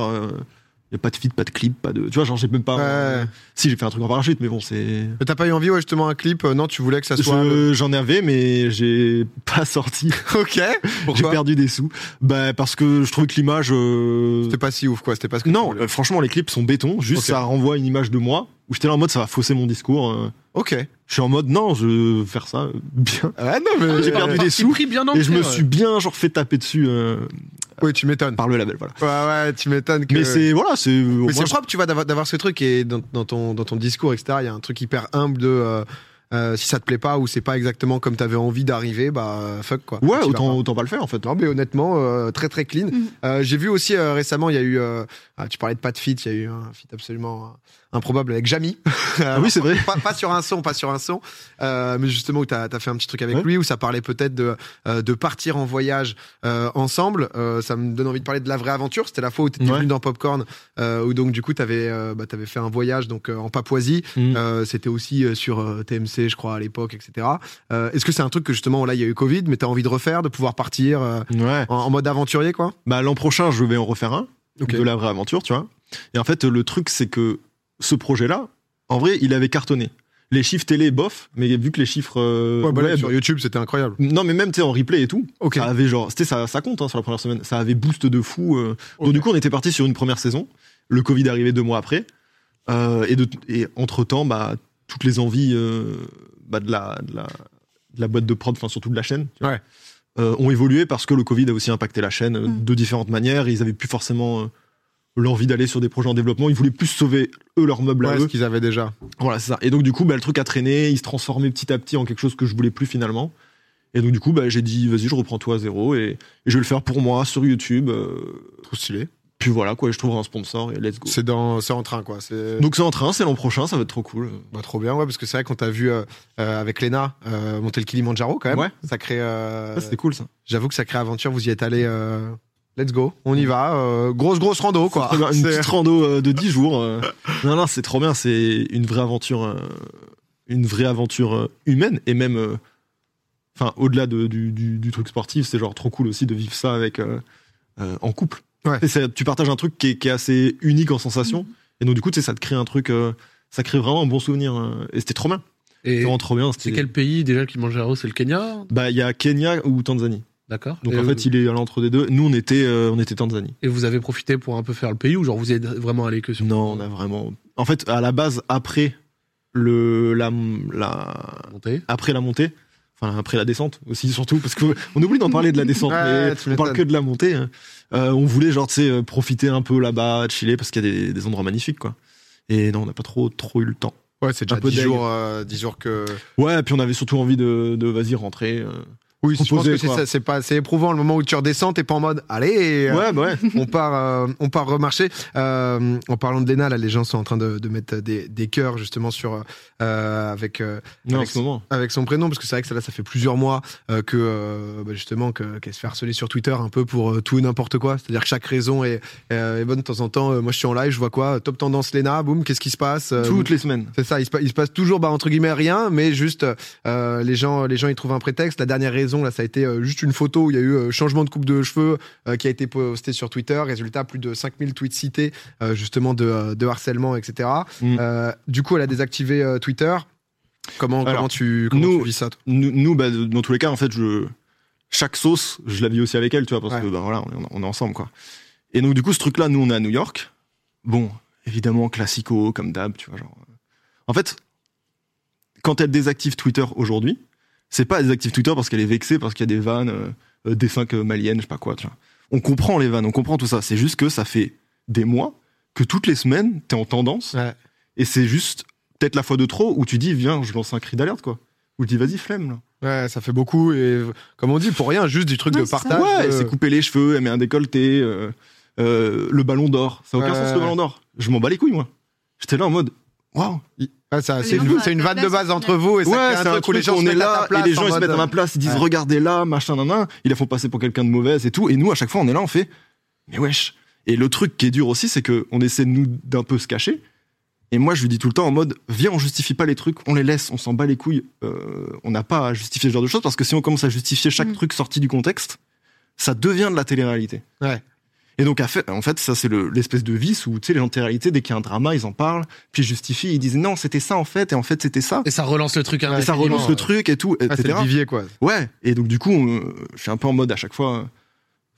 Speaker 2: Il y a pas de feed, pas de clip, pas de. Tu vois, genre, j'ai même pas.
Speaker 1: Ouais.
Speaker 2: euh, Si, j'ai fait un truc en parachute, mais bon, c'est.
Speaker 1: Mais T'as pas eu envie ouais justement un clip. euh, non, tu voulais que ça soit. euh,
Speaker 2: Je- J'en avais, mais j'ai pas sorti.
Speaker 1: Ok.
Speaker 2: J'ai
Speaker 1: Pourquoi
Speaker 2: perdu des sous. Bah, parce que je trouvais que l'image. euh,
Speaker 1: C'était pas si ouf quoi. C'était pas ce que. tu
Speaker 2: Non,
Speaker 1: voulais.
Speaker 2: euh, franchement, les clips sont béton. Juste,
Speaker 1: Ok.
Speaker 2: ça renvoie une image de moi où j'étais là en mode, ça va fausser mon discours. euh.
Speaker 1: Ok.
Speaker 2: Je suis en mode, non, je veux faire ça euh, bien.
Speaker 1: Ah non mais.
Speaker 2: J'ai perdu des
Speaker 3: Parti
Speaker 2: sous
Speaker 3: pris bien
Speaker 2: Et je
Speaker 3: ancré,
Speaker 2: me
Speaker 3: ouais.
Speaker 2: suis bien, genre, fait taper dessus euh,
Speaker 1: Oui, tu m'étonnes.
Speaker 2: par le label, voilà.
Speaker 1: Ouais ouais, tu m'étonnes que.
Speaker 2: Mais c'est. Voilà, c'est.
Speaker 1: Mais c'est propre, tu vois, d'avoir d'avoir ce truc et dans, dans ton, dans ton discours, etc. Il y a un truc hyper humble de euh, euh, si ça te plaît pas ou c'est pas exactement comme t'avais envie d'arriver, bah euh, fuck quoi.
Speaker 2: Ouais,
Speaker 1: Tu vas
Speaker 2: autant,
Speaker 1: pas.
Speaker 2: autant pas le faire, en fait.
Speaker 1: Non, mais honnêtement, euh, très très clean.
Speaker 4: Mhm.
Speaker 1: Euh, J'ai vu aussi euh, récemment, il y a eu, euh, ah, tu parlais de pas de feat, il y a eu un feat absolument euh, improbable avec Jamie.
Speaker 2: Ah oui, c'est vrai.
Speaker 1: pas, pas sur un son, pas sur un son, euh, mais justement où t'as as fait un petit truc avec
Speaker 2: Ouais.
Speaker 1: lui, où ça parlait peut-être de, euh, de partir en voyage euh, ensemble. Euh, ça me donne envie de parler de la vraie aventure. C'était la fois où t'étais
Speaker 2: Ouais.
Speaker 1: venu dans Popcorn, euh, où donc du coup t'avais euh, bah, t'avais fait un voyage donc euh, en Papouasie.
Speaker 2: Mm.
Speaker 1: Euh, C'était aussi euh, sur euh, TMC, je crois à l'époque, etc. Euh, Est-ce que c'est un truc que justement là il y a eu Covid, mais t'as envie de refaire, de pouvoir partir euh,
Speaker 2: Ouais.
Speaker 1: en, en mode aventurier quoi
Speaker 2: Bah, l'an prochain, je vais en refaire un
Speaker 1: Ok.
Speaker 2: de la vraie aventure, tu vois. Et en fait, le truc, c'est que ce projet-là, en vrai, il avait cartonné. Les chiffres télé, bof, mais vu que les chiffres. euh,
Speaker 1: Ouais, bah là,
Speaker 2: web-
Speaker 1: sur YouTube, c'était incroyable. Ah,
Speaker 2: non, mais même, tu sais, en replay et tout,
Speaker 1: Ok.
Speaker 2: ça avait genre. c'était- Ça, ça compte hein, sur la première semaine, ça avait boost de fou. euh.
Speaker 1: Ok.
Speaker 2: Donc, du coup, on était parti sur une première saison. Le Covid arrivait deux mois après. Euh, et, de- et entre-temps, bah, toutes les envies euh, bah, de, la, de, la, de la boîte de prod, enfin surtout de la chaîne, tu vois,
Speaker 1: Ouais.
Speaker 2: euh, ont évolué parce que le Covid a aussi impacté la chaîne euh,
Speaker 4: Mm.
Speaker 2: de différentes manières. Et ils avaient plus forcément euh, l'envie d'aller sur des projets en développement. Ils voulaient plus sauver eux leur meuble à
Speaker 1: Ouais, ce
Speaker 2: eux.
Speaker 1: qu'ils avaient déjà.
Speaker 2: Voilà, c'est ça. Et donc du coup, bah, le truc a traîné. Il se transformait petit à petit en quelque chose que je voulais plus finalement. Et donc du coup, bah, j'ai dit, vas-y, je reprends tout à zéro et, et je vais le faire pour moi sur YouTube. euh,
Speaker 1: Trop stylé.
Speaker 2: puis voilà, quoi, et je trouverai un sponsor et let's go.
Speaker 1: C'est dans, c'est en train quoi. C'est.
Speaker 2: Donc c'est en train, c'est l'an prochain, ça va être trop cool.
Speaker 1: Bah, trop bien, ouais, parce que c'est vrai qu'on t'a vu euh, euh, avec Lena euh, monter le Kilimanjaro quand même.
Speaker 2: Ouais.
Speaker 1: Sacré. euh,
Speaker 2: Ça, c'était cool ça.
Speaker 1: J'avoue que sacré aventure, vous y êtes allé. euh, Let's go, on y va. euh, grosse, grosse rando
Speaker 3: Ah,
Speaker 1: quoi.
Speaker 2: Très bien, Eh Une
Speaker 1: C'est-
Speaker 2: petite rando euh, de 10 jours. euh. Non, non, c'est trop bien. C'est une vraie aventure, euh, une vraie aventure euh, humaine et même, euh, enfin, au-delà de- du, du- du truc sportif, c'est genre trop cool aussi de vivre ça avec euh, euh, en couple.
Speaker 1: Ouais.
Speaker 2: Et ça- tu partages un truc qui est, qui est assez unique en sensation. Et donc du coup, tu sais, ça te crée un truc, euh, ça crée vraiment un bon souvenir. euh, et c'était trop bien.
Speaker 3: Et
Speaker 2: C'était vraiment trop bien.
Speaker 3: c'est
Speaker 2: c'était-
Speaker 3: quel pays déjà le Kilimanjaro C'est le Kenya
Speaker 2: Bah, il y a Kenya ou Tanzanie.
Speaker 3: D'accord.
Speaker 2: Donc
Speaker 3: et,
Speaker 2: en
Speaker 3: euh,
Speaker 2: fait, il est à l'entre des deux. Nous, on était, euh, on était Tanzanie.
Speaker 3: et vous avez profité pour un peu faire le pays ou genre vous êtes vraiment allé que sur.
Speaker 2: Non, on a vraiment. En fait, à la base, après le la, la-
Speaker 3: Monter.
Speaker 2: après la montée, Enfin, après la descente aussi, surtout, parce qu'on oublie d'en parler de la descente,
Speaker 1: Ouais,
Speaker 2: mais
Speaker 1: Ah, tu
Speaker 2: on parle
Speaker 1: m'étonnes.
Speaker 2: que de la montée. hein. Euh, on voulait, genre, tu sais, euh, profiter un peu là-bas, chiller, parce qu'il y a des, des endroits magnifiques, quoi. Et non, on n'a pas trop, trop eu le temps.
Speaker 1: Ouais, c'est déjà
Speaker 2: Un peu
Speaker 1: 10
Speaker 2: deg.
Speaker 1: jours, euh, 10 jours que.
Speaker 2: Ouais, et puis on avait surtout envie de, de vas-y, rentrer. euh.
Speaker 1: Oui, je pense
Speaker 2: Proposer,
Speaker 1: que c'est
Speaker 2: quoi.
Speaker 1: ça, c'est pas, c'est éprouvant le moment où tu redescends, t'es pas en mode, allez, euh,
Speaker 2: Ouais, bah ouais.
Speaker 1: on part, euh, on part remarcher. Euh, en parlant de l'ENA, là, les gens sont en train de, de mettre des, des cœurs justement sur euh, avec euh,
Speaker 2: Non, en
Speaker 1: Avec-
Speaker 2: ce moment.
Speaker 1: avec son prénom parce que c'est vrai que ça, là, ça fait plusieurs mois euh, que euh, bah, justement que- qu'elle se fait harceler sur Twitter un peu pour euh, tout et n'importe quoi. C'est-à-dire que chaque raison est, euh, est bonne de temps en temps. Euh, moi, je suis en live, je vois quoi, top tendance Lena, boum, qu'est-ce qui se passe Euh,
Speaker 2: Toutes les semaines.
Speaker 1: c'est ça, il se, pa- il se passe toujours bah, entre guillemets rien, mais juste euh, les gens, les gens ils trouvent un prétexte. La dernière raison là, ça a été euh, juste une photo où il y a eu euh, changement de coupe de cheveux euh, qui a été postée sur Twitter. Résultat, plus de 5000 tweets cités euh, justement de, euh, de harcèlement, etc.
Speaker 2: Mm.
Speaker 1: Euh, du coup, elle a désactivé euh, Twitter. Comment,
Speaker 2: Alors,
Speaker 1: comment tu comment
Speaker 2: nous-
Speaker 1: tu vis ça toi
Speaker 2: nous, nous, bah, dans tous les cas, en fait, je, chaque sauce, je la vis aussi avec elle, tu vois, parce
Speaker 1: Ouais.
Speaker 2: que bah, voilà, on est, on est ensemble, quoi. Et donc, du coup, ce truc-là, nous, on est à New York. Bon, évidemment, classico, comme d'hab, tu vois, genre. euh. En fait, quand elle désactive Twitter aujourd'hui, c'est pas elle désactive Twitter parce qu'elle est vexée, parce qu'il y a des vannes, euh, euh, des 5 maliennes, je sais pas quoi, tu vois. On comprend les vannes, on comprend tout ça. C'est juste que ça fait des mois que toutes les semaines, t'es en tendance.
Speaker 1: Ouais.
Speaker 2: Et c'est juste peut-être la fois de trop où tu dis, viens, je lance un cri d'alerte, quoi. Ou tu dis, vas-y, flemme, là.
Speaker 1: Ouais, ça fait beaucoup et comme on dit pour rien, juste du truc
Speaker 4: Ouais,
Speaker 1: de
Speaker 4: c'est ça.
Speaker 1: partage. euh,
Speaker 2: Ouais,
Speaker 1: de-
Speaker 2: elle s'est coupée les cheveux, elle met un décolleté, euh, euh, le ballon d'or. Ça n'a aucun
Speaker 1: Ouais.
Speaker 2: sens le ballon d'or. Je m'en bats les couilles, moi. J'étais là en mode, waouh.
Speaker 1: Ouais, ça,
Speaker 4: Les
Speaker 1: c'est
Speaker 4: gens
Speaker 1: une,
Speaker 4: sont à
Speaker 1: c'est une
Speaker 4: ta
Speaker 1: vanne de
Speaker 4: place,
Speaker 1: base
Speaker 4: au
Speaker 1: entre
Speaker 4: final.
Speaker 1: vous et
Speaker 2: Ouais,
Speaker 1: ça crée
Speaker 2: c'est un
Speaker 1: où
Speaker 2: truc,
Speaker 1: les gens se
Speaker 2: on est
Speaker 1: mettent à ta
Speaker 2: là, et
Speaker 1: place
Speaker 2: les
Speaker 1: en
Speaker 2: gens ils se
Speaker 1: mode, euh,
Speaker 2: mettent à ma place, ils disent,
Speaker 1: Ouais.
Speaker 2: regardez là, machin, nan, nan. Ils la font passer pour quelqu'un de mauvaise et tout. Et nous, à chaque fois, on est là, on fait, mais wesh. Et le truc qui est dur aussi, c'est que on essaie, nous, d'un peu se cacher. Et moi, je lui dis tout le temps en mode, viens, on justifie pas les trucs, on les laisse, on s'en bat les couilles. Euh, on n'a pas à justifier ce genre de choses parce que si on commence à justifier chaque
Speaker 4: Mm.
Speaker 2: truc sorti du contexte, ça devient de la télé-réalité.
Speaker 1: Ouais.
Speaker 2: Et donc, à fait- en fait, ça, c'est le- l'espèce de vice où, tu sais, les gens de télé-réalité, dès qu'il y a un drama, ils en parlent, puis ils justifient, ils disent, non, c'était ça, en fait, et en fait, c'était ça.
Speaker 3: Et ça relance le truc.
Speaker 2: Et ça
Speaker 3: indéfiniment.
Speaker 2: relance le truc et tout,
Speaker 1: Ah, c'est
Speaker 2: etc.
Speaker 1: le vivier quoi.
Speaker 2: Ouais, et donc du coup, euh, je suis un peu en mode à chaque fois, euh,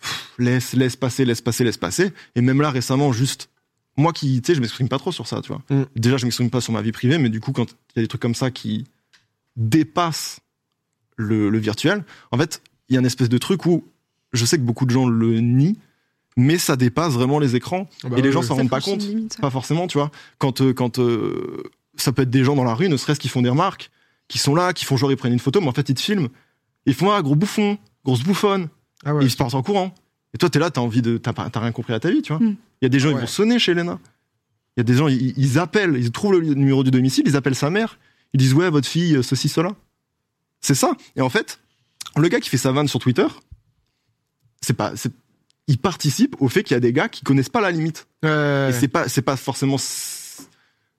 Speaker 2: pff, laisse, laisse passer, laisse passer, laisse passer. Et même là, récemment, juste, moi qui, tu sais, je m'exprime pas trop sur ça, tu vois.
Speaker 1: Mm.
Speaker 2: Déjà, je m'exprime pas sur ma vie privée, mais du coup, quand il y a des trucs comme ça qui dépassent le, le virtuel, en fait, il y a une espèce de truc où je sais que beaucoup de gens le nient, mais ça dépasse vraiment les écrans.
Speaker 1: Ah bah
Speaker 2: et les
Speaker 1: ouais,
Speaker 2: gens
Speaker 1: ouais.
Speaker 2: s'en
Speaker 4: Ça
Speaker 2: rendent pas
Speaker 4: franchit une
Speaker 2: compte.
Speaker 4: limite, ouais.
Speaker 2: Pas forcément, tu vois. Quand, euh, quand euh, ça peut être des gens dans la rue, ne serait-ce qu'ils font des remarques, qui sont là, qui font genre ils prennent une photo, mais en fait ils te filment. Ils font ah gros bouffon, grosse bouffonne,
Speaker 1: Ah ouais.
Speaker 2: et ils se partent en courant. Et toi t'es là, t'as envie de, t'as pas- t'as rien compris à ta vie, tu vois. Il
Speaker 4: Mm.
Speaker 2: y a des gens
Speaker 1: Ouais.
Speaker 2: ils vont sonner chez Lena. Il y a des gens ils, ils appellent, ils trouvent le numéro du domicile, ils appellent sa mère, ils disent ouais votre fille euh, ceci cela. C'est ça. Et en fait, le gars qui fait sa vanne sur Twitter, c'est pas, c'est- il participe au fait qu'il y a des gars qui connaissent pas la limite.
Speaker 1: Ouais.
Speaker 2: Et c'est pas, c'est pas forcément c-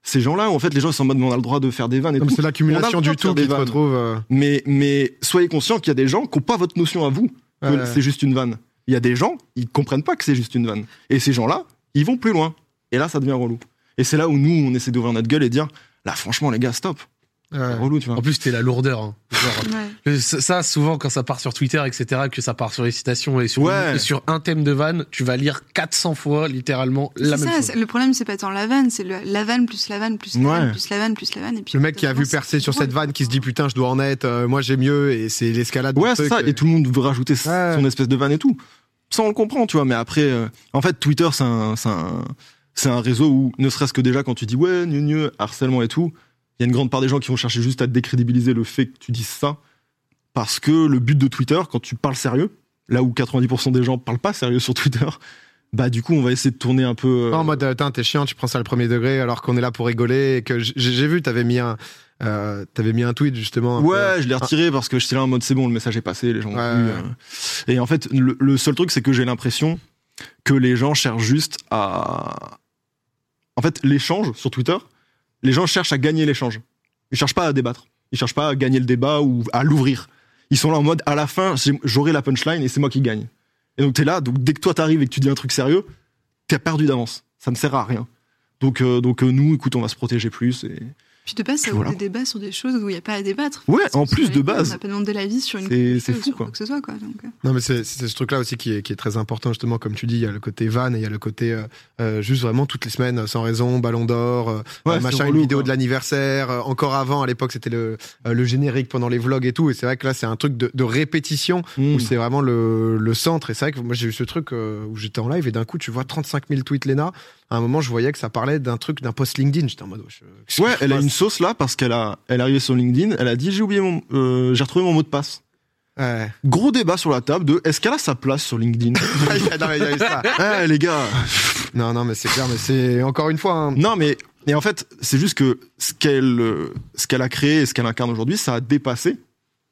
Speaker 2: ces gens-là où en fait les gens ils sont en mode mais on a le droit de faire des vannes et
Speaker 1: Non, mais
Speaker 2: tout.
Speaker 1: C'est l'accumulation
Speaker 2: On a le droit
Speaker 1: du
Speaker 2: de faire
Speaker 1: tout
Speaker 2: des
Speaker 1: qui te
Speaker 2: vannes.
Speaker 1: retrouve. euh,
Speaker 2: Mais, mais soyez conscients qu'il y a des gens qui n'ont pas votre notion à vous, que
Speaker 1: euh,
Speaker 2: c'est juste une vanne. Il y a des gens, ils comprennent pas que c'est juste une vanne. Et ces gens-là, ils vont plus loin. Et là, ça devient relou. Et c'est là où nous, on essaie d'ouvrir notre gueule et dire là, franchement, les gars, stop. C'est
Speaker 1: ouais.
Speaker 2: relou, tu vois.
Speaker 3: hein. En plus, t'es la lourdeur. hein. Genre,
Speaker 4: Ouais.
Speaker 3: Que c- Ça, souvent, quand ça part sur Twitter, etc., que ça part sur les citations et sur,
Speaker 2: Ouais.
Speaker 3: et sur un thème de vanne, tu vas lire 400 fois littéralement la
Speaker 4: C'est
Speaker 3: même
Speaker 4: ça,
Speaker 3: chose.
Speaker 4: c'est- le problème, c'est pas tant la vanne, c'est le- la vanne plus la vanne plus la
Speaker 2: Ouais.
Speaker 4: vanne plus la vanne plus la vanne. Et puis,
Speaker 1: Le mec qui a vu
Speaker 4: c'est-
Speaker 1: percer sur
Speaker 4: c'est
Speaker 1: cette vanne qui se dit putain, je dois en être, euh, moi j'ai mieux, et c'est l'escalade. du
Speaker 2: Ouais, c'est
Speaker 1: truc,
Speaker 2: ça.
Speaker 1: euh.
Speaker 2: Et tout le monde veut rajouter s-
Speaker 1: Ouais.
Speaker 2: son espèce de vanne et tout. Ça, on le comprend, tu vois. Mais après, euh, en fait, Twitter, c'est un, c'est un, c'est un réseau où, ne serait-ce que déjà, quand tu dis ouais, gneu, gneu, harcèlement et tout, il y a une grande part des gens qui vont chercher juste à décrédibiliser le fait que tu dises ça. Parce que le but de Twitter, quand tu parles sérieux, là où 90% des gens parlent pas sérieux sur Twitter, bah, du coup, on va essayer de tourner un peu. euh,
Speaker 1: Non, en mode, euh, Tain, t'es chiant, tu prends ça le premier degré alors qu'on est là pour rigoler. Et que j- j'ai vu, t'avais mis un, euh, t'avais mis un tweet justement. un peu, euh,
Speaker 2: Ouais, je l'ai retiré parce que j'étais là en mode c'est bon, le message est passé, les gens. ont
Speaker 1: Ouais.
Speaker 2: vu, euh. Et en fait, le, le seul truc, c'est que j'ai l'impression que les gens cherchent juste à. En fait, l'échange sur Twitter, les gens cherchent à gagner l'échange. Ils cherchent pas à débattre. Ils cherchent pas à gagner le débat ou à l'ouvrir. Ils sont là en mode à la fin, j'ai- j'aurai la punchline et c'est moi qui gagne. Et donc t'es là, donc dès que toi t'arrives et que tu dis un truc sérieux, t'es perdu d'avance. Ça ne sert à rien. Donc, euh, donc euh, nous, écoute, on va se protéger plus et,
Speaker 4: Puis de base, ça ouvre
Speaker 2: Voilà.
Speaker 4: des débats sur des choses où il n'y a pas à débattre.
Speaker 2: Ouais,
Speaker 4: Parce que
Speaker 2: en
Speaker 4: sur
Speaker 2: plus
Speaker 4: les
Speaker 2: de
Speaker 4: plans, On
Speaker 2: base.
Speaker 4: n'a pas demandé l'avis sur une
Speaker 2: C'est-
Speaker 4: chose,
Speaker 2: c'est fou,
Speaker 4: sur
Speaker 2: quoi.
Speaker 4: que ce soit, quoi. Donc, euh,
Speaker 1: Non, mais c'est c'est ce truc-là aussi qui est, qui est très important, justement, comme tu dis, il y a le côté van et il y a le côté euh, euh, juste vraiment toutes les semaines, sans raison, ballon d'or, euh,
Speaker 2: Ouais,
Speaker 1: euh, machin,
Speaker 2: c'est
Speaker 1: une
Speaker 2: relou,
Speaker 1: vidéo
Speaker 2: quoi.
Speaker 1: de l'anniversaire. euh, encore avant, à l'époque, c'était le, euh, le générique pendant les vlogs et tout. Et c'est vrai que là, c'est un truc de, de répétition où
Speaker 2: Mm.
Speaker 1: c'est vraiment le, le centre. Et c'est vrai que moi, j'ai eu ce truc euh, où j'étais en live et d'un coup, tu vois 35 000 tweets Lena. À un moment, je voyais que ça parlait d'un truc, d'un post LinkedIn. J'étais en mode, je- qu'est-ce
Speaker 2: Ouais,
Speaker 1: que je
Speaker 2: elle a
Speaker 1: passe
Speaker 2: une sauce là parce qu'elle a, elle est arrivée sur LinkedIn, elle a dit j'ai oublié mon, euh, j'ai retrouvé mon mot de passe.
Speaker 1: Ouais.
Speaker 2: Gros débat sur la table de est-ce qu'elle a sa place sur LinkedIn
Speaker 1: non, mais il y a eu ça.
Speaker 2: Eh les gars
Speaker 1: non, non, mais c'est clair, mais c'est encore une fois. hein,
Speaker 2: Non mais et en fait c'est juste que ce qu'elle, euh, ce qu'elle a créé et ce qu'elle incarne aujourd'hui, ça a dépassé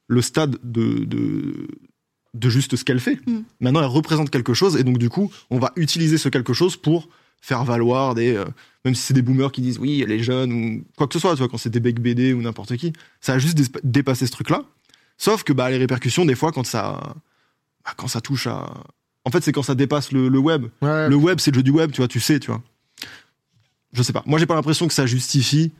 Speaker 2: le stade de de, de juste ce qu'elle fait.
Speaker 4: Mm.
Speaker 2: Maintenant elle représente quelque chose et donc du coup on va utiliser ce quelque chose pour faire valoir des euh, même si c'est des boomers qui disent oui les jeunes ou quoi que ce soit tu vois quand c'est des becs BD ou n'importe qui ça a juste dé- dépassé ce truc là sauf que bah les répercussions des fois quand ça bah, quand ça touche à en fait c'est quand ça dépasse le- le web
Speaker 1: ouais.
Speaker 2: le web, c'est le jeu du web, tu vois, tu sais, tu vois. Je sais pas. Moi, j'ai pas l'impression que ça justifie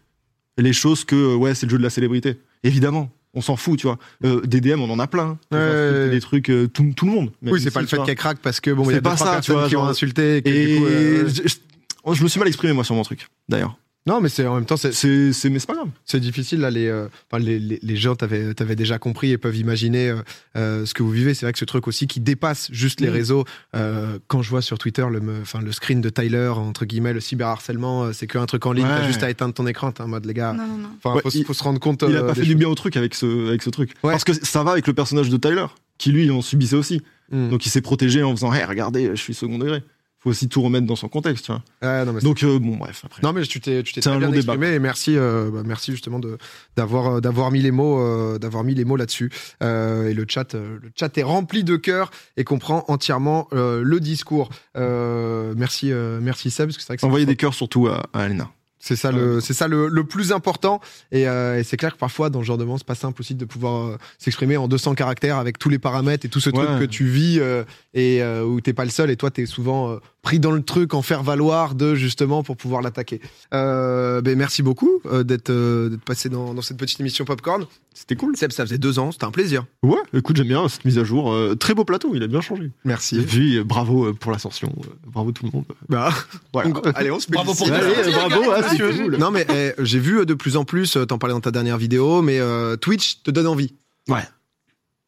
Speaker 2: les choses que, euh, ouais, c'est le jeu de la célébrité. Évidemment, on s'en fout, tu vois. Euh, des DM, on en a plein. hein.
Speaker 1: Ouais, ouais, ouais.
Speaker 2: Des trucs, euh, tout, tout le monde. Même
Speaker 1: Oui, c'est
Speaker 2: ici,
Speaker 1: pas le
Speaker 2: tu
Speaker 1: fait
Speaker 2: vois.
Speaker 1: qu'elle craque parce que bon, il y a
Speaker 2: C'est
Speaker 1: deux,
Speaker 2: pas
Speaker 1: trois
Speaker 2: ça, tu
Speaker 1: personnes
Speaker 2: vois,
Speaker 1: qui ont
Speaker 2: genre-
Speaker 1: insulté. Et que, du
Speaker 2: Et
Speaker 1: coup, euh,
Speaker 2: je, je- je me suis mal exprimé, moi, sur mon truc, d'ailleurs.
Speaker 1: Non, mais c'est en même temps, c'est-
Speaker 2: C'est, c'est- mais c'est pas grave.
Speaker 1: c'est difficile là. Les, euh, enfin, les, les, les gens t'avaient t'avais déjà compris et peuvent imaginer euh, euh, ce que vous vivez. C'est vrai que ce truc aussi qui dépasse juste les
Speaker 2: Mm.
Speaker 1: réseaux. euh, quand je vois sur Twitter le, me- enfin le screen de Tyler entre guillemets le cyberharcèlement, euh, c'est qu'un truc en ligne.
Speaker 2: Ouais.
Speaker 1: T'as juste à éteindre ton écran. T'es en mode les gars.
Speaker 4: non, non, non.
Speaker 1: Enfin,
Speaker 2: Ouais,
Speaker 1: faut, se-
Speaker 2: il-
Speaker 1: faut se rendre compte.
Speaker 2: Il a
Speaker 1: euh,
Speaker 2: pas
Speaker 1: des
Speaker 2: fait du
Speaker 1: choses.
Speaker 2: bien au truc avec ce, avec ce truc.
Speaker 1: Ouais.
Speaker 2: Parce que ça va avec le personnage de Tyler, qui lui en subissait aussi.
Speaker 1: Mm.
Speaker 2: Donc il s'est protégé en faisant, hey, regardez, je suis second degré. Faut aussi tout remettre dans son contexte, tu vois.
Speaker 1: Ouais, non, mais
Speaker 2: Donc, euh, bon, bref, après.
Speaker 1: Non mais tu t'es tu t'es
Speaker 2: C'est
Speaker 1: très
Speaker 2: un
Speaker 1: bien
Speaker 2: long débat.
Speaker 1: exprimé et merci euh, bah, merci justement de d'avoir euh, d'avoir mis les mots euh, d'avoir mis les mots là-dessus Euh, et le chat euh, le chat est rempli de cœur et comprend entièrement euh, le discours Euh, merci euh, merci Seb parce que c'est vrai que c'est
Speaker 2: Envoyez des cœurs surtout à, à Alena.
Speaker 1: c'est
Speaker 2: Ah
Speaker 1: ça le c'est ça le, le plus important et, euh, et c'est clair que parfois dans ce genre de moment c'est pas simple aussi de pouvoir euh, s'exprimer en 200 caractères avec tous les paramètres et tout ce truc
Speaker 2: Ouais.
Speaker 1: que tu vis euh, et euh, où t'es pas le seul et toi t'es souvent euh, pris dans le truc en faire valoir de justement pour pouvoir l'attaquer. Euh, ben merci beaucoup euh, d'être euh, d'être passé dans, dans cette petite émission Popcorn.
Speaker 2: C'était cool.
Speaker 1: Seb ça faisait deux ans c'était un plaisir.
Speaker 2: Ouais, écoute, j'aime bien cette mise à jour. Euh, très beau plateau, il a bien changé. Et
Speaker 1: Merci.
Speaker 2: puis, euh, bravo euh, pour l'ascension. euh, bravo tout le monde.
Speaker 1: Bah,
Speaker 2: Voilà.
Speaker 1: donc, allez on se
Speaker 3: Bravo
Speaker 1: félicite.
Speaker 3: pour toi.
Speaker 2: Allez, euh, bravo, hein, c'est
Speaker 4: Merci.
Speaker 2: cool.
Speaker 1: Non mais eh, j'ai vu euh, de plus en plus, euh, t'en parlais dans ta dernière vidéo, mais euh, Twitch te donne envie.
Speaker 2: Ouais.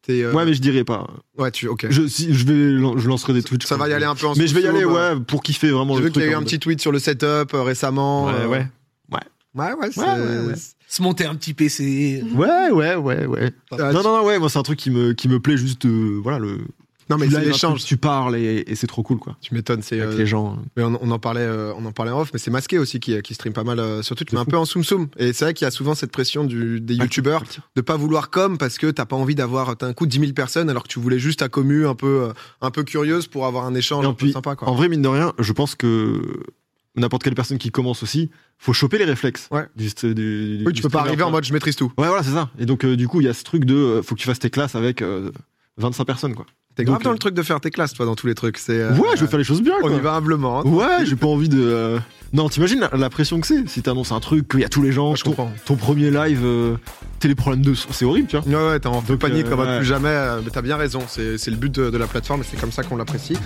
Speaker 1: T'es, euh,
Speaker 2: Ouais, mais je dirais pas.
Speaker 1: ouais, tu, ok.
Speaker 2: Je, si, je, vais, lan- je lancerai des Twitch.
Speaker 1: Ça va y aller un peu en
Speaker 2: Mais je vais y
Speaker 1: sous-sous,
Speaker 2: aller,
Speaker 1: bah.
Speaker 2: ouais, pour kiffer vraiment
Speaker 1: J'ai
Speaker 2: le
Speaker 1: vu qu'il
Speaker 2: truc. hein.
Speaker 1: y a eu
Speaker 2: en
Speaker 1: un
Speaker 2: mode-
Speaker 1: petit tweet sur le setup euh, récemment.
Speaker 2: Ouais,
Speaker 1: euh,
Speaker 2: ouais.
Speaker 1: Ouais, ouais, c'est-
Speaker 2: Ouais, ouais, ouais.
Speaker 3: Se monter un petit PC.
Speaker 2: Ouais, ouais, ouais, ouais.
Speaker 1: Euh,
Speaker 2: non, non, non, ouais, moi, c'est un truc qui me, qui me plaît juste. euh, voilà, le.
Speaker 1: Non, mais
Speaker 2: tu
Speaker 1: c'est
Speaker 2: live un
Speaker 1: l'échange.
Speaker 2: truc, Tu parles et, et c'est trop cool, quoi.
Speaker 1: Tu m'étonnes, c'est.
Speaker 2: Avec
Speaker 1: euh,
Speaker 2: les gens.
Speaker 1: mais on, on en parlait, euh, on en parlait en off, mais c'est masqué aussi qui, qui stream pas mal euh, sur Twitch,
Speaker 2: De
Speaker 1: mais un
Speaker 2: fou.
Speaker 1: peu en soum soum. Et c'est vrai qu'il y a souvent cette pression du, des
Speaker 2: Ah,
Speaker 1: youtubeurs de pas vouloir comme parce que t'as pas envie d'avoir euh, t'as un coup de 10 000 personnes alors que tu voulais juste ta commu un peu euh, un peu curieuse pour avoir un échange
Speaker 2: Et
Speaker 1: un peu
Speaker 2: puis,
Speaker 1: sympa quoi.
Speaker 2: En vrai, mine de rien, je pense que n'importe quelle personne qui commence aussi, faut choper les réflexes.
Speaker 1: Ouais.
Speaker 2: Du, st- du- du-
Speaker 1: Oui, tu
Speaker 2: du
Speaker 1: peux pas
Speaker 2: streamer,
Speaker 1: arriver en
Speaker 2: quoi.
Speaker 1: mode je maîtrise tout.
Speaker 2: Ouais, voilà, c'est ça. Et donc, euh, du coup, il y a ce truc de. euh, faut que tu fasses tes classes avec euh, 25 personnes, quoi.
Speaker 1: T'es grave
Speaker 2: Donc,
Speaker 1: dans
Speaker 2: euh,
Speaker 1: le truc de faire tes classes toi dans tous les trucs. C'est. euh,
Speaker 2: ouais, je veux faire les choses bien,
Speaker 1: On
Speaker 2: quoi.
Speaker 1: y va humblement. hein.
Speaker 2: Ouais, j'ai pas envie de. euh, Non, t'imagines la, la pression que c'est si t'annonces un truc, qu'il y a tous les gens,
Speaker 1: Ouais, je
Speaker 2: ton,
Speaker 1: comprends.
Speaker 2: ton premier live, euh, t'es les problèmes de son, c'est horrible, tu vois.
Speaker 1: Ouais, ouais, t'es en
Speaker 2: Donc,
Speaker 1: panique
Speaker 2: euh,
Speaker 1: comme
Speaker 2: ouais.
Speaker 1: plus jamais. euh, Mais t'as bien raison, c'est c'est le but de, de la plateforme et c'est comme ça qu'on l'apprécie.